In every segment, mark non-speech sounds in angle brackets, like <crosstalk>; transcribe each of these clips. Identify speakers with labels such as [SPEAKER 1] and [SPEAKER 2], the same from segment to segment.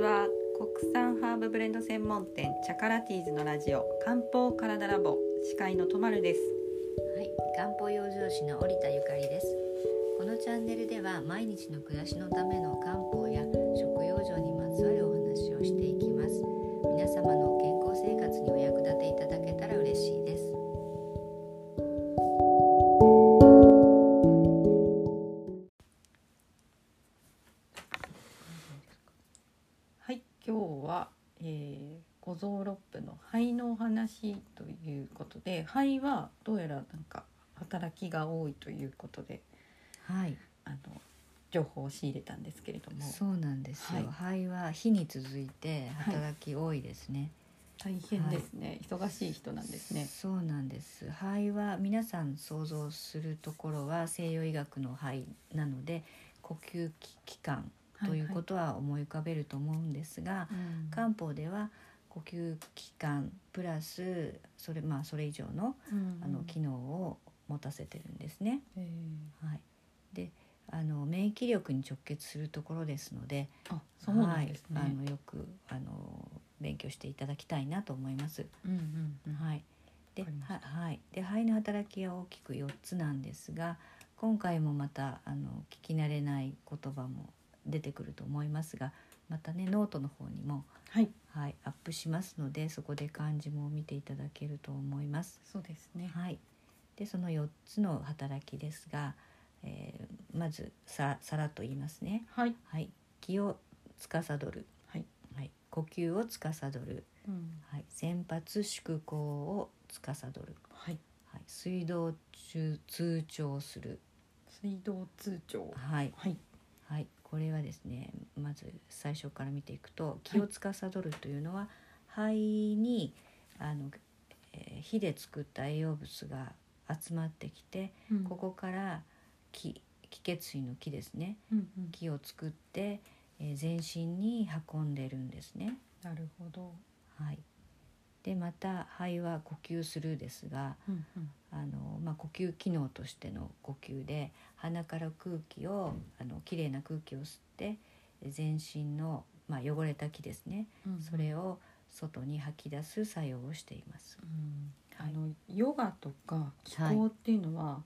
[SPEAKER 1] は国産ハーブブレンド専門店チャカラティーズのラジオ漢方体ラボ司会のとまるです
[SPEAKER 2] はい、漢方養生師の織田ゆかりですこのチャンネルでは毎日の暮らしのための漢方や食養生にまつわるお話をしていきます皆様の健康生活にお役立ていただけたら嬉しいです
[SPEAKER 1] はい今日は、えー、五臓六腑の肺のお話ということで肺はどうやらなんか働きが多いということで
[SPEAKER 2] はい、
[SPEAKER 1] あの情報を仕入れたんですけれども
[SPEAKER 2] そうなんですよ、肺は火に続いて働き多いですね、
[SPEAKER 1] 大変ですね、忙しい人なんですね
[SPEAKER 2] そうなんです肺は皆さん想像するところは西洋医学の肺なので呼吸器器官ということは思い浮かべると思うんですが、
[SPEAKER 1] はいはいうん
[SPEAKER 2] 漢方では呼吸器官プラスそれ,、まあ、それ以上の
[SPEAKER 1] うん
[SPEAKER 2] あの機能を持たせてるんですね。
[SPEAKER 1] えー
[SPEAKER 2] はい、であの免疫力に直結するところですので
[SPEAKER 1] あそうなんですね、
[SPEAKER 2] はい、あのよくあの勉強していただきたいなと思います。
[SPEAKER 1] うんうんうん
[SPEAKER 2] はい、で
[SPEAKER 1] わかりました
[SPEAKER 2] は、はい、で肺の働きは大きく4つなんですが今回もまたあの聞き慣れない言葉も出てくると思いますがまたねノートの方にも
[SPEAKER 1] はい
[SPEAKER 2] はい、アップしますのでそこで漢字も見ていただけると思います。
[SPEAKER 1] そうですね
[SPEAKER 2] はい、でその4つの働きですが、えーまずささらっと言いますね。
[SPEAKER 1] はい
[SPEAKER 2] はい、気を司る、
[SPEAKER 1] はい
[SPEAKER 2] はい、呼吸を司る、
[SPEAKER 1] うん
[SPEAKER 2] はい、先発縮行を司る、
[SPEAKER 1] はい
[SPEAKER 2] はい、水道中通暢する、
[SPEAKER 1] 水道通帳
[SPEAKER 2] はい
[SPEAKER 1] はい
[SPEAKER 2] はい、これはですねまず最初から見ていくと気を司るというのは、肺にあの、えー火で作った栄養物が集まってきて、ここから気気血水の気ですね
[SPEAKER 1] うんうん
[SPEAKER 2] 気を作って、えー全身に運んでるんですね。
[SPEAKER 1] なるほど
[SPEAKER 2] はい、でまた肺は呼吸するですが
[SPEAKER 1] うんうん
[SPEAKER 2] あの、まあ、呼吸機能としての呼吸で鼻から空気をあのきれいな空気を吸って全身の、まあ、汚れた気ですね
[SPEAKER 1] うん
[SPEAKER 2] それを外に吐き出す作用をしています。
[SPEAKER 1] うんあ
[SPEAKER 2] はい
[SPEAKER 1] のヨガとか気候っていうのは、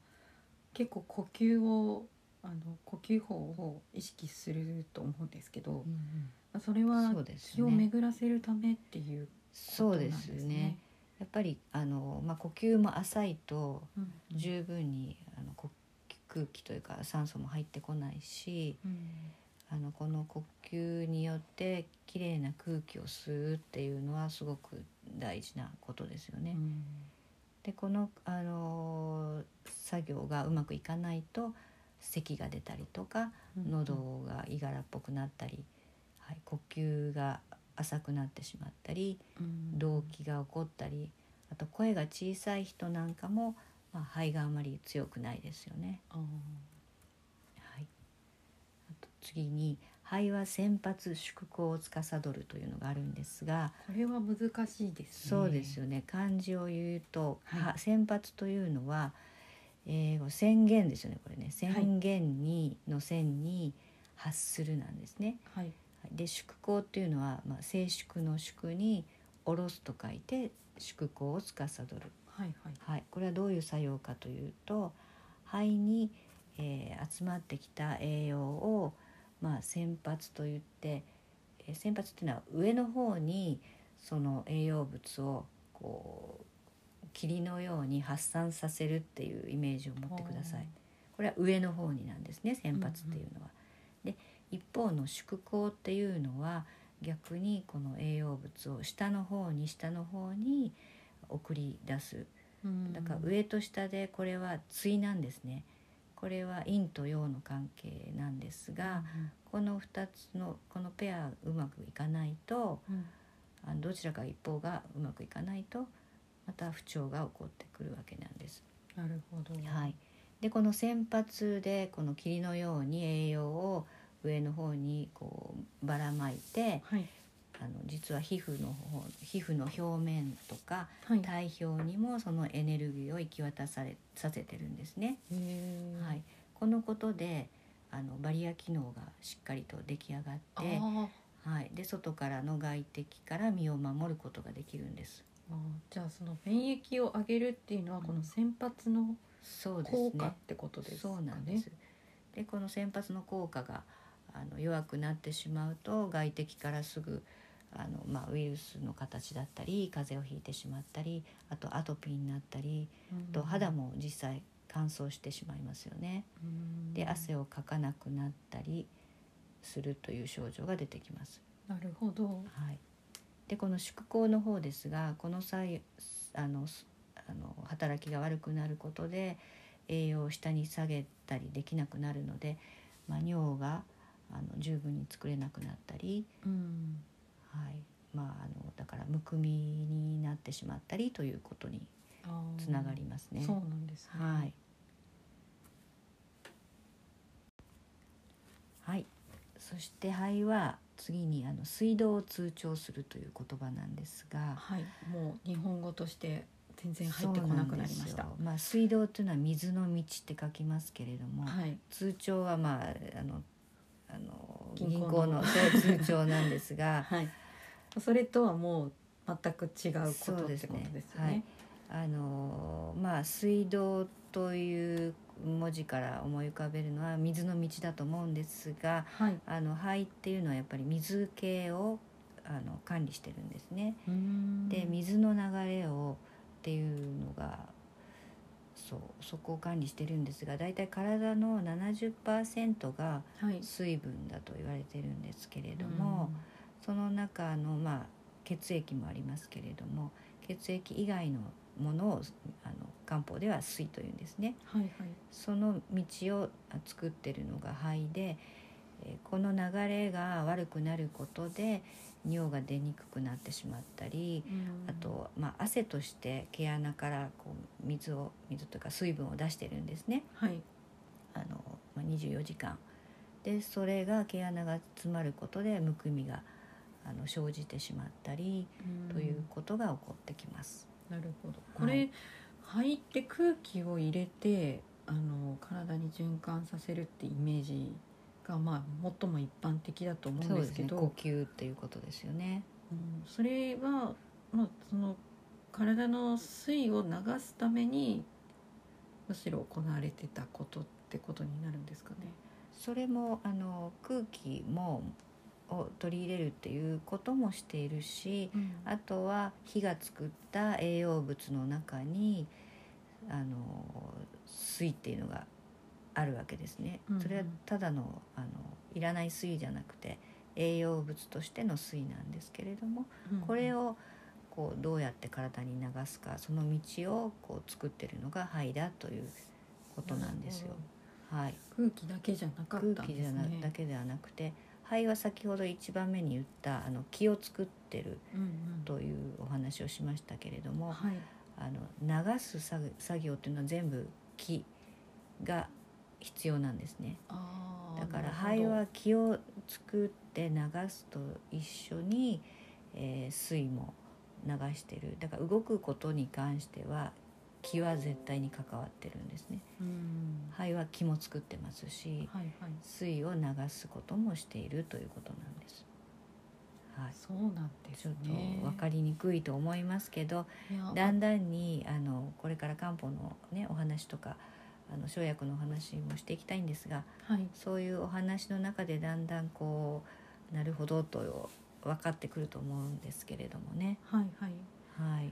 [SPEAKER 1] 結構呼吸をあの呼吸法を意識すると思うんですけど、まあそれは
[SPEAKER 2] そうです
[SPEAKER 1] 気を
[SPEAKER 2] ね
[SPEAKER 1] 巡らせるためっていうこと
[SPEAKER 2] そ
[SPEAKER 1] な
[SPEAKER 2] うん
[SPEAKER 1] で
[SPEAKER 2] です
[SPEAKER 1] すね。
[SPEAKER 2] ね。やっぱりあの、まあ、呼吸も浅いと
[SPEAKER 1] うんうん
[SPEAKER 2] 十分にあの呼空気というか酸素も入ってこないし、
[SPEAKER 1] うん
[SPEAKER 2] あのこの呼吸によってきれいな空気を吸うっていうのはすごく大事なことですよね。
[SPEAKER 1] うん
[SPEAKER 2] でこの、あのー作業がうまくいかないと咳が出たりとか
[SPEAKER 1] うん
[SPEAKER 2] 喉がいがらっぽくなったり、はい、呼吸が浅くなってしまったり
[SPEAKER 1] うん
[SPEAKER 2] 動悸が起こったりあと声が小さい人なんかも、まあ、肺があまり強くないですよね。
[SPEAKER 1] あー
[SPEAKER 2] はい、あと次に肺は先発縮行を司るというのがあるんですが、
[SPEAKER 1] これは難しいですね。
[SPEAKER 2] そうですよね漢字を言うと、
[SPEAKER 1] はい
[SPEAKER 2] は先発というのは、えー宣言ですよねこれね宣言に、の線に発するなんですね。
[SPEAKER 1] はい。
[SPEAKER 2] はいで縮行っていうのは、まあ、静粛の縮に下ろすと書いて縮行を司る
[SPEAKER 1] はいはい。
[SPEAKER 2] はい、これはどういう作用かというと肺に、えー集まってきた栄養を、まあ、先発といって、えー先発っていうのは上の方にその栄養物をこう霧のように発散させるっていうイメージを持ってください。これは上の方になんですね先発っていうのは。で一方の縮行っていうのは逆にこの栄養物を下の方に下の方に送り出す
[SPEAKER 1] うん。
[SPEAKER 2] だから上と下でこれは対なんですねこれは陰と陽の関係なんですがこの2つのこのペアうまくいかないと
[SPEAKER 1] うん、
[SPEAKER 2] あどちらか一方がうまくいかないとまた不調が起こってくるわけなんです。
[SPEAKER 1] なるほど。
[SPEAKER 2] はい、でこの先発でこの霧のように栄養を上の方にこうばらまいて
[SPEAKER 1] はい。
[SPEAKER 2] あの実は皮膚の方皮膚の表面とか
[SPEAKER 1] はい。
[SPEAKER 2] 体表にもそのエネルギーを行き渡されさせてるんですね。
[SPEAKER 1] へー
[SPEAKER 2] はい、このことであのバリア機能がしっかりと出来上がっ
[SPEAKER 1] あ
[SPEAKER 2] て、
[SPEAKER 1] ー
[SPEAKER 2] はい、で外からの外敵から身を守ることができるんです。
[SPEAKER 1] あーじゃあその免疫を上げるっていうのはこの先発の
[SPEAKER 2] そうですね
[SPEAKER 1] 効果ってことですかね。
[SPEAKER 2] そうなんです。でこの先発の効果があの弱くなってしまうと外敵からすぐあの、まあ、ウイルスの形だったり風邪をひいてしまったりあとアトピーになったりあと肌も実際乾燥してしまいますよね。で汗
[SPEAKER 1] を
[SPEAKER 2] をかかなくなったりするという症状が出てきます。
[SPEAKER 1] なるほど。
[SPEAKER 2] はい、でこの宿口の方ですがこの際あのすあの働きが悪くなることで栄養を下に下げたりできなくなるので、まあ、尿があの十分に作れなくなったり、
[SPEAKER 1] うん、
[SPEAKER 2] はいまあ、あのだからむくみになってしまったりということに
[SPEAKER 1] あー
[SPEAKER 2] つながりますね。
[SPEAKER 1] そうなんです、ね。
[SPEAKER 2] はい。はい。そして肺は次にあの水道を通帳するという言葉なんですが、
[SPEAKER 1] はい、もう日本語として全然入ってこなくなりまし
[SPEAKER 2] そう
[SPEAKER 1] た。
[SPEAKER 2] んですよまあ水道というのは水の道って書きますけれども、
[SPEAKER 1] はい、
[SPEAKER 2] 通帳はまああのあの
[SPEAKER 1] 銀
[SPEAKER 2] 銀
[SPEAKER 1] 行の
[SPEAKER 2] 行のそう通帳なんです
[SPEAKER 1] <laughs>
[SPEAKER 2] が、
[SPEAKER 1] はい、それとはもう全く違うことってことですよね。
[SPEAKER 2] あのまあ水道という文字から思い浮かべるのは水の道だと思うんですが、
[SPEAKER 1] はい、
[SPEAKER 2] あの肺っていうのはやっぱり水系をあの管理してるんですね。
[SPEAKER 1] うん
[SPEAKER 2] で水の流れをっていうのがそうそこを管理してるんですがだいたい体の70%が
[SPEAKER 1] はい、
[SPEAKER 2] 水分だと言われてるんですけれども、その中の、まあ、血液もありますけれども血液以外のものをあの漢方では水というんですね。
[SPEAKER 1] うん、はいはい。
[SPEAKER 2] その道をあ作ってるのが肺でえーこの流れが悪くなることで尿が出にくくなってしまったり
[SPEAKER 1] うん
[SPEAKER 2] あ、と、まあ、汗として毛穴からこう水を水というか水分を出してるんですね
[SPEAKER 1] はい、
[SPEAKER 2] あの、まあ、24時間。でそれが毛穴が詰まることでむくみがあの生じてしまったりということが起こってきます。
[SPEAKER 1] なるほど。これ、肺って空気を入れてあの体に循環させるってイメージがまあ最も一般的だと思うんですけど、
[SPEAKER 2] 呼吸っていうことですよね。
[SPEAKER 1] うんそれはまあその体の水を流すためにむしろ行われてたことってことになるんですかね。
[SPEAKER 2] それもあの空気もを取り入れるっていうこともしているしあとは火が作った栄養物の中にあの水っていうのがあるわけですね
[SPEAKER 1] うんうん。
[SPEAKER 2] それはただのあのいらない水じゃなくて栄養物としての水なんですけれども
[SPEAKER 1] うん
[SPEAKER 2] これをこうどうやって体に流すかその道をこう作ってるのが肺だということなんですよ
[SPEAKER 1] なる。
[SPEAKER 2] はい
[SPEAKER 1] ほど空気だけじゃなかったん
[SPEAKER 2] 空
[SPEAKER 1] ですね。
[SPEAKER 2] 気じゃなだけではなくて肺は先ほど一番目に言ったあの気を作ってる
[SPEAKER 1] うんうん
[SPEAKER 2] というお話をしましたけれども
[SPEAKER 1] はい。
[SPEAKER 2] あの流す作作業っていうのは全部気が必要なんですね
[SPEAKER 1] あー
[SPEAKER 2] だから
[SPEAKER 1] なる
[SPEAKER 2] 肺
[SPEAKER 1] ほど
[SPEAKER 2] は気を作って流すと一緒に、えー水も流してるだから動くことに関しては気は絶対に関わってるんですね
[SPEAKER 1] うん
[SPEAKER 2] 肺は気も作ってますし
[SPEAKER 1] はいはい。
[SPEAKER 2] 水を流すこともしているということなんです。はい、
[SPEAKER 1] そうなんです
[SPEAKER 2] ちょっ
[SPEAKER 1] ね。
[SPEAKER 2] と分かりにくいと思いますけど、
[SPEAKER 1] いや
[SPEAKER 2] だんだんにあのこれから漢方のねお話とかあの生薬のお話もしていきたいんですが、
[SPEAKER 1] はい。
[SPEAKER 2] そういうお話の中でだんだんこうなるほどと分かってくると思うんですけれどもね。
[SPEAKER 1] はいはい。い
[SPEAKER 2] はい、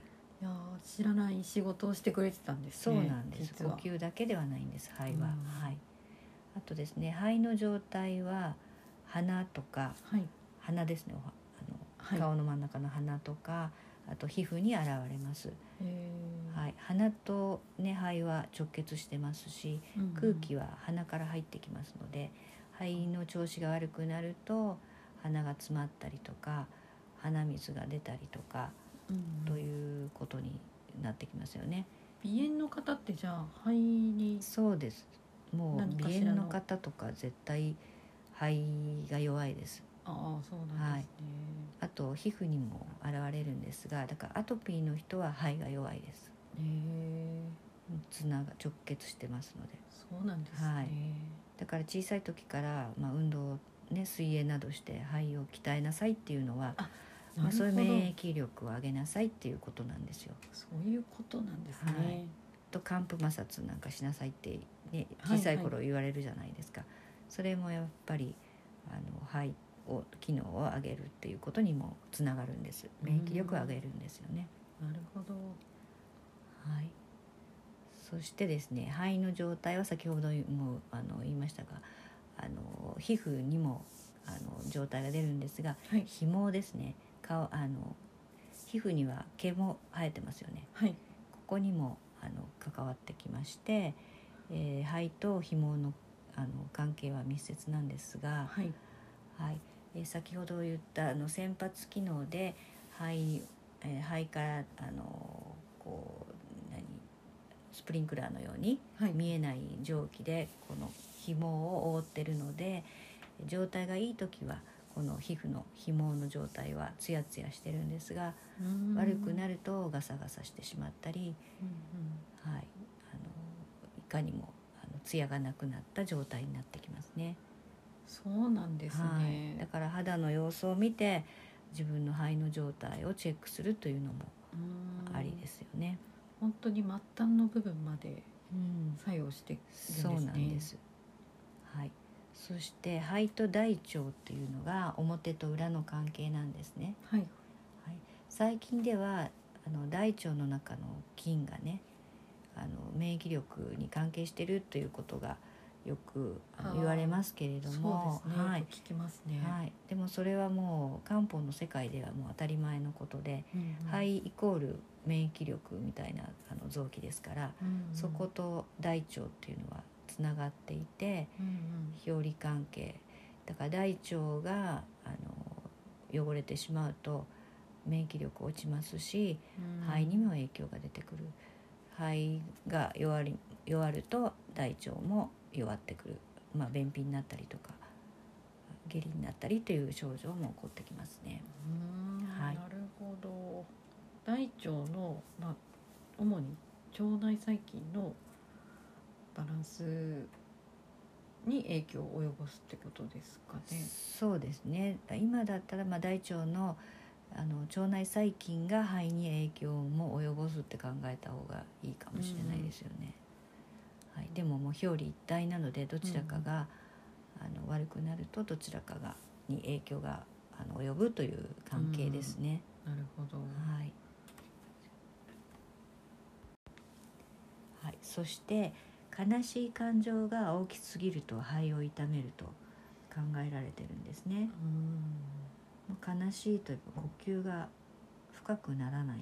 [SPEAKER 1] やー知らない仕事をしてくれてたんです
[SPEAKER 2] そ
[SPEAKER 1] ね。
[SPEAKER 2] うなんです。
[SPEAKER 1] 実
[SPEAKER 2] 呼
[SPEAKER 1] は
[SPEAKER 2] 吸だけではないんです。肺は、
[SPEAKER 1] うん
[SPEAKER 2] はい。あとですね、肺の状態は鼻とか
[SPEAKER 1] はい
[SPEAKER 2] 鼻ですねおはあ
[SPEAKER 1] は
[SPEAKER 2] の、
[SPEAKER 1] い。
[SPEAKER 2] 顔の真ん中の鼻とかあと皮膚に現れます、
[SPEAKER 1] えー
[SPEAKER 2] はい、鼻と、ね、肺は直結してますし
[SPEAKER 1] うん
[SPEAKER 2] 空気は鼻から入ってきますので肺の調子が悪くなると鼻が詰まったりとか鼻水が出たりとか
[SPEAKER 1] うん
[SPEAKER 2] ということになってきますよね。
[SPEAKER 1] 鼻炎の方ってじゃあ肺に
[SPEAKER 2] そうですも
[SPEAKER 1] 何
[SPEAKER 2] う
[SPEAKER 1] かしら
[SPEAKER 2] 鼻
[SPEAKER 1] の
[SPEAKER 2] 炎の方とか絶対肺が弱いです。
[SPEAKER 1] ああそうなんですね、
[SPEAKER 2] あと皮膚にも現れるんですがだからアトピーの人は肺が弱いです
[SPEAKER 1] へ
[SPEAKER 2] つなが直結してますので
[SPEAKER 1] えそうなんですね、
[SPEAKER 2] はいだから小さい時から、まあ、運動をね、水泳などして肺を鍛えなさいっていうのはまあ、
[SPEAKER 1] そ
[SPEAKER 2] そうう
[SPEAKER 1] い
[SPEAKER 2] いうう
[SPEAKER 1] 免
[SPEAKER 2] 免
[SPEAKER 1] 疫
[SPEAKER 2] 疫力を上げなさいっていうことなんですよ。
[SPEAKER 1] そういうことなんですね。
[SPEAKER 2] はいと寒風摩擦なんかしなさいって、ね、
[SPEAKER 1] はい
[SPEAKER 2] 小さい頃言われるじゃないですか、それもやっぱりあの肺を機能を上げるっていうことにもつながるんです免疫力を上げるんですよね。
[SPEAKER 1] なるほど。
[SPEAKER 2] はい、そしてですね肺の状態は先ほどもあの言いましたがあの皮膚にもあの状態が出るんですが
[SPEAKER 1] はい
[SPEAKER 2] 皮毛ですね顔あの皮膚には毛も生えてますよね。
[SPEAKER 1] はい
[SPEAKER 2] ここにもあの関わってきまして、えー肺と紐のあの関係は密接なんですが、
[SPEAKER 1] はい
[SPEAKER 2] はいえー先ほど言ったあの先発機能で肺,、えー肺からあのこう何スプリンクラーのように
[SPEAKER 1] はい。
[SPEAKER 2] 見えない蒸気でこの紐を覆ってるので状態がいい時はこの皮膚の紐の状態はツヤツヤしてるんですが悪くな
[SPEAKER 1] る。
[SPEAKER 2] るとガサガサしてしまったり
[SPEAKER 1] うん
[SPEAKER 2] はい、あのいかにもあの艶がなくなった状態になってきますね。
[SPEAKER 1] うんそうなんです
[SPEAKER 2] はい、だ
[SPEAKER 1] ね。
[SPEAKER 2] から肌の様子を見て自分の肺の状態をチェックするというのも
[SPEAKER 1] うん
[SPEAKER 2] ありですよね。
[SPEAKER 1] 本当に末端の部分まで
[SPEAKER 2] うん、
[SPEAKER 1] 作用しているんですね。
[SPEAKER 2] そうなんで。す。はい。そして肺と大腸っていうのが表と裏の関係なんですね。
[SPEAKER 1] はい
[SPEAKER 2] はい、最近ではあの大腸の中の菌がねあの免疫力に関係してるということがよくあの
[SPEAKER 1] あー
[SPEAKER 2] 言われますけれども
[SPEAKER 1] そうですね。
[SPEAKER 2] はい
[SPEAKER 1] よく聞きますね。
[SPEAKER 2] はい、でもそれはもう漢方の世界ではもう当たり前のことで、
[SPEAKER 1] うんうん。
[SPEAKER 2] 肺イコール免疫力みたいなあの臓器ですから、
[SPEAKER 1] うんうん
[SPEAKER 2] そこと大腸っていうのはつながっていて
[SPEAKER 1] うんうん
[SPEAKER 2] 表裏関係だから大腸があの汚れてしまうと免疫力落ちますし
[SPEAKER 1] うん
[SPEAKER 2] 肺にも影響が出てくる肺が弱り弱ると大腸も弱ってくる、まあ、便秘になったりとか下痢になったりという症状も起こってきますね。
[SPEAKER 1] うーん
[SPEAKER 2] はい
[SPEAKER 1] なるほど大腸の、まあ、主に腸内細菌のバランスに影響を及ぼすってことですかね。
[SPEAKER 2] そうですね今だったらまあ大腸のあの腸内細菌が肺に影響も及ぼすって考えた方がいいかもしれないですよね。はい、でももう表裏一体なのでどちらかが、あの悪くなるとどちらかがに影響があの及ぶという関係ですね。
[SPEAKER 1] なるほど。
[SPEAKER 2] はい、はい、そして悲しい感情が大きすぎると肺を痛めると考えられてるんですね。
[SPEAKER 1] うーん
[SPEAKER 2] まあ悲しいといえば呼吸が深くならないん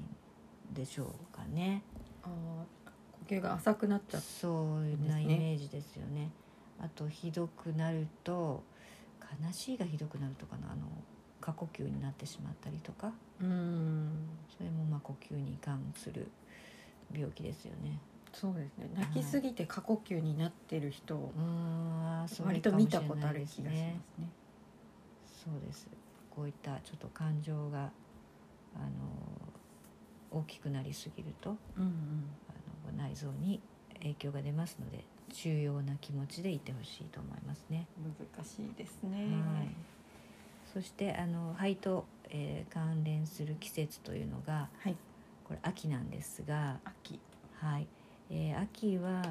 [SPEAKER 2] でしょうかね
[SPEAKER 1] あー呼吸が浅くなっちゃう。
[SPEAKER 2] そういうなイメージですよねあとひどくなると悲しいがひどくなるとかなあの過呼吸になってしまったりとか
[SPEAKER 1] うーん
[SPEAKER 2] それもまあ呼吸に関する病気ですよね
[SPEAKER 1] そうですね。泣きすぎて過呼吸になってる人を
[SPEAKER 2] うーんあーそ
[SPEAKER 1] 割
[SPEAKER 2] れか
[SPEAKER 1] と
[SPEAKER 2] もし
[SPEAKER 1] 見
[SPEAKER 2] れ
[SPEAKER 1] たこと
[SPEAKER 2] な
[SPEAKER 1] あ
[SPEAKER 2] い
[SPEAKER 1] る
[SPEAKER 2] です
[SPEAKER 1] 気がし
[SPEAKER 2] ね
[SPEAKER 1] ますね。
[SPEAKER 2] そうですこういったちょっと感情があの大ききくなりすぎると
[SPEAKER 1] うんうん。
[SPEAKER 2] あの内臓に影響が出ますので重要な気持ちでいてほしいと思いますね。
[SPEAKER 1] 難しいですね。
[SPEAKER 2] はいそしてあの肺と、えー関連する季節というのが
[SPEAKER 1] はい。
[SPEAKER 2] これ秋なんですが、
[SPEAKER 1] 秋。
[SPEAKER 2] はいえー秋は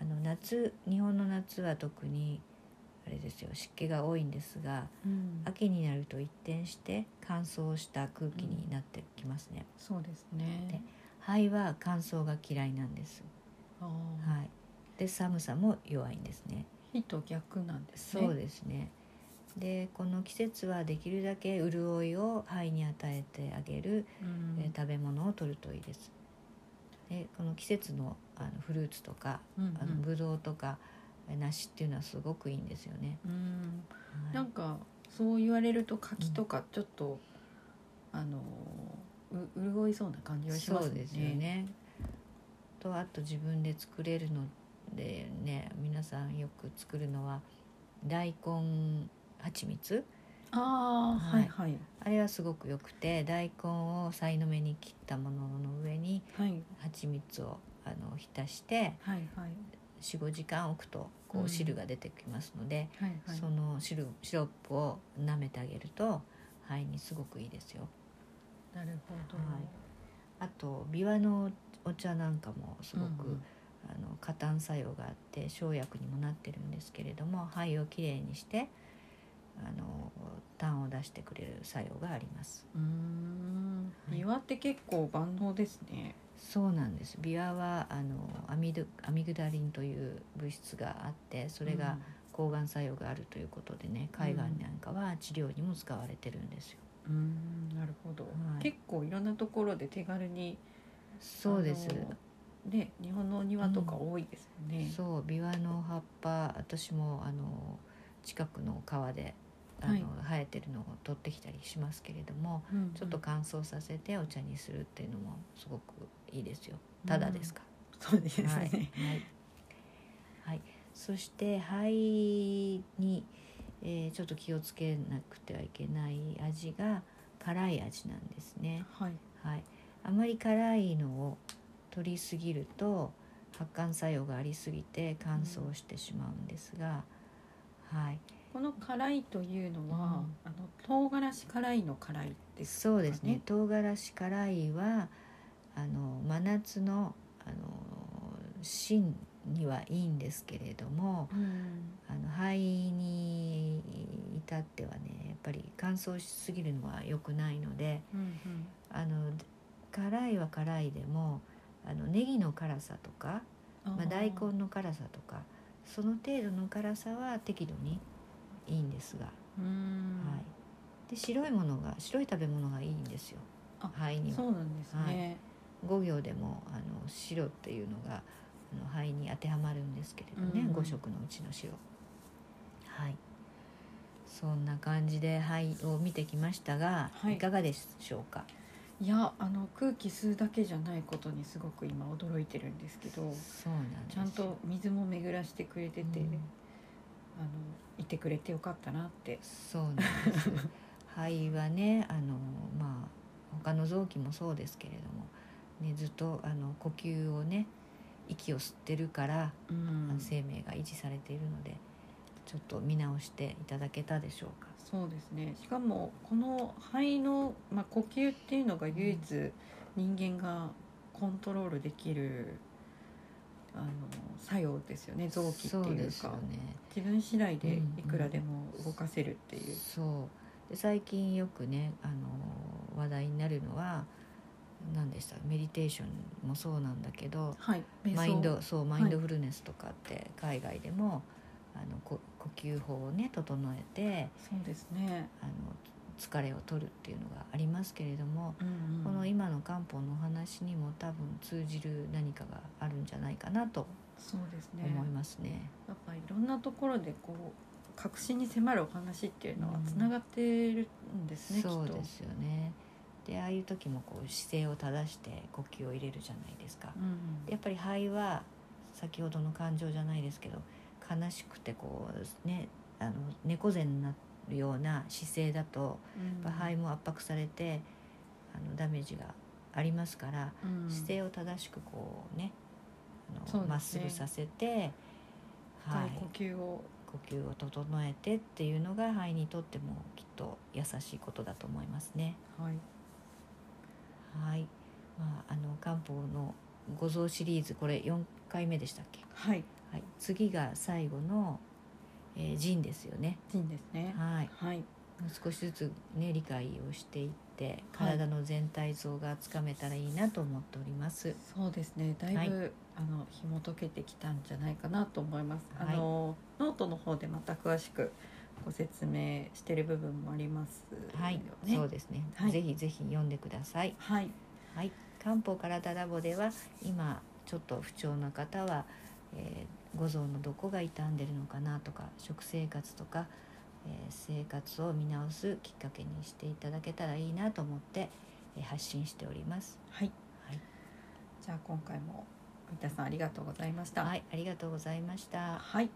[SPEAKER 2] あの夏日本の夏は特にあれですよ湿気が多いんですが
[SPEAKER 1] うん
[SPEAKER 2] 秋になると一転して乾燥した空気になってきますね。
[SPEAKER 1] そうですね
[SPEAKER 2] で。肺は乾燥が嫌いなんです。
[SPEAKER 1] ああ、
[SPEAKER 2] はい、で寒さも弱いんですね。
[SPEAKER 1] 火と逆なんですね。
[SPEAKER 2] そうですね。でこの季節はできるだけ潤いを肺に与えてあげる、
[SPEAKER 1] うん
[SPEAKER 2] えー食べ物を摂るといいです。でこの季節のあのフルーツとか
[SPEAKER 1] うんうん
[SPEAKER 2] あのブドウとか、えー梨っていうのはすごくいいんですよね。
[SPEAKER 1] うん
[SPEAKER 2] はい
[SPEAKER 1] なんかそう言われると柿とかちょっと、あのう潤いそうな感じがしま
[SPEAKER 2] そ
[SPEAKER 1] す
[SPEAKER 2] う
[SPEAKER 1] ね。
[SPEAKER 2] ですよ。ね。とあと自分で作れるのでね皆さんよく作るのは大根蜂蜜
[SPEAKER 1] ああ、は
[SPEAKER 2] はいい
[SPEAKER 1] はい
[SPEAKER 2] あれはすごく良くて大根をさいの目に切ったものの上に
[SPEAKER 1] はい
[SPEAKER 2] 蜂蜜をあの浸して
[SPEAKER 1] はいはい。
[SPEAKER 2] 45時間置くとこ
[SPEAKER 1] うん
[SPEAKER 2] う汁が出てきますので、
[SPEAKER 1] はいはい
[SPEAKER 2] その汁シロップを舐めてあげると肺にすごくいいですよ。
[SPEAKER 1] なるほど、
[SPEAKER 2] はいあとビワのお茶なんかもすごく、
[SPEAKER 1] うん
[SPEAKER 2] あの加炭作用があって生薬にもなってるんですけれども肺をきれいにしてあの痰を出してくれる作用があります。
[SPEAKER 1] うーん
[SPEAKER 2] はい
[SPEAKER 1] 岩って結構万能ですね。
[SPEAKER 2] そうなんですビワはあのアミドアミグダリンという物質があってそれが抗がん作用があるということでね海岸なんかは治療にも使われてるんですよ。
[SPEAKER 1] うん、うーんなるほど、
[SPEAKER 2] はい
[SPEAKER 1] 結構いろんなところで手軽に
[SPEAKER 2] そうです
[SPEAKER 1] あのね日本のお庭とか多いですよね。
[SPEAKER 2] そうビワの葉っぱ私もあの近くの川であの、
[SPEAKER 1] はい
[SPEAKER 2] 生えてるのを取ってきたりしますけれども
[SPEAKER 1] うん
[SPEAKER 2] ちょっと乾燥させてお茶にするっていうのもすごくいいですよただですか、
[SPEAKER 1] そうですね。
[SPEAKER 2] はいはいはいそして肺に、えーちょっと気をつけなくてはいけない味が辛い味なんですね。
[SPEAKER 1] はい。
[SPEAKER 2] はい、あまり辛いのを取りすぎると発汗作用がありすぎて乾燥してしまうんですが、はい、
[SPEAKER 1] この辛いというのは、あの唐辛子辛いの辛いですかね。
[SPEAKER 2] そうですね唐辛子辛いはあの真夏のあの芯にはいいんですけれども
[SPEAKER 1] うん。
[SPEAKER 2] あの肺に至ってはねやっぱり乾燥しすぎるのは良くないので
[SPEAKER 1] うん
[SPEAKER 2] あの辛いは辛いでもあのネギの辛さとか
[SPEAKER 1] うん。
[SPEAKER 2] まあ、
[SPEAKER 1] ー
[SPEAKER 2] 大根の辛さとかその程度の辛さは適度にいいんですが、
[SPEAKER 1] うん。
[SPEAKER 2] はい、で白いものが白い食べ物がいいんですよ
[SPEAKER 1] あ
[SPEAKER 2] 肺には
[SPEAKER 1] そうなんですね。
[SPEAKER 2] 5行でもあの白っていうのがあの肺に当てはまるんですけれどね、
[SPEAKER 1] うんうん
[SPEAKER 2] 五5色のうちの白はいそんな感じで肺を見てきましたが、
[SPEAKER 1] はい
[SPEAKER 2] いかがでしょうか
[SPEAKER 1] い、やあの空気吸うだけじゃないことにすごく今驚いてるんですけど。
[SPEAKER 2] そうなんです
[SPEAKER 1] ちゃんと水も巡らしてくれてて、
[SPEAKER 2] うん
[SPEAKER 1] あのいてくれてよかったなって。
[SPEAKER 2] そうなん
[SPEAKER 1] <laughs>
[SPEAKER 2] です。肺はね、あのまあ他の臓器もそうですけれども、ねずっとあの呼吸をね、息を吸ってるから、
[SPEAKER 1] うん
[SPEAKER 2] 生命が維持されているので、ちょっと見直していただけたでしょうか。
[SPEAKER 1] そうですね。しかもこの肺のまあ呼吸っていうのが唯一人間がコントロールできるあの作用ですよね。臓器って
[SPEAKER 2] そう
[SPEAKER 1] い
[SPEAKER 2] で
[SPEAKER 1] う
[SPEAKER 2] すよ
[SPEAKER 1] か
[SPEAKER 2] ね。
[SPEAKER 1] 自分次第で
[SPEAKER 2] うん
[SPEAKER 1] いくらでも動かせるっていう。
[SPEAKER 2] そう。で最近よくね、あの話題になるのは。何でしたメディテーションもそうなんだけど、
[SPEAKER 1] はい。瞑想
[SPEAKER 2] マインドそうマインドフルネスとかって海外でも、あのこ呼吸法をね整えて
[SPEAKER 1] そうですね。
[SPEAKER 2] あの疲れを取るっていうのがありますけれども、
[SPEAKER 1] うんうん
[SPEAKER 2] この今の漢方のお話にも多分通じる何かがあるんじゃないかなと
[SPEAKER 1] そうですね。
[SPEAKER 2] 思いますね。
[SPEAKER 1] やっぱいろんなところでこう確信に迫るお話っていうのはつながってるんですね、
[SPEAKER 2] そう
[SPEAKER 1] きっと
[SPEAKER 2] ですよね。でああいう時もこう姿勢を正して呼吸を入れるじゃないですか。
[SPEAKER 1] うん
[SPEAKER 2] でやっぱり肺は先ほどの感情じゃないですけど悲しくてこうねあの猫背になるような姿勢だと
[SPEAKER 1] うん
[SPEAKER 2] やっぱ肺も圧迫されてあのダメージがありますから、
[SPEAKER 1] うん
[SPEAKER 2] 姿勢を正しくこうねあ
[SPEAKER 1] そうです
[SPEAKER 2] の
[SPEAKER 1] ね
[SPEAKER 2] ま、っすぐさせて、は
[SPEAKER 1] 深い
[SPEAKER 2] い、
[SPEAKER 1] 呼吸を
[SPEAKER 2] 呼吸を整えてっていうのが肺にとってもきっと優しいことだと思いますね。
[SPEAKER 1] はい
[SPEAKER 2] はい、まあ、あの漢方の五臓シリーズこれ4回目でしたっけ
[SPEAKER 1] はい
[SPEAKER 2] はい、次が最後の、えー、腎ですよね。
[SPEAKER 1] 腎ですね
[SPEAKER 2] はい、
[SPEAKER 1] はい
[SPEAKER 2] もう少しずつね理解をしていって、
[SPEAKER 1] はい
[SPEAKER 2] 体の全体像がつかめたらいいなと思っております。
[SPEAKER 1] そうですねだいぶ、
[SPEAKER 2] はい
[SPEAKER 1] あの紐解けてきたんじゃないかなと思います、
[SPEAKER 2] はい
[SPEAKER 1] あのノートの方でまた詳しくご説明してる部分もありますよね
[SPEAKER 2] はい、そうですね、
[SPEAKER 1] はい
[SPEAKER 2] ぜひぜひ読んでください。
[SPEAKER 1] はい
[SPEAKER 2] はい、漢方体ラボでは今ちょっと不調な方は、えー、五臓のどこが傷んでるのかなとか食生活とか、えー生活を見直すきっかけにしていただけたらいいなと思って、えー発信しております。
[SPEAKER 1] はい
[SPEAKER 2] はい
[SPEAKER 1] じゃあ今回も三田さんありがとうございました
[SPEAKER 2] はい、ありがとうございました。
[SPEAKER 1] はい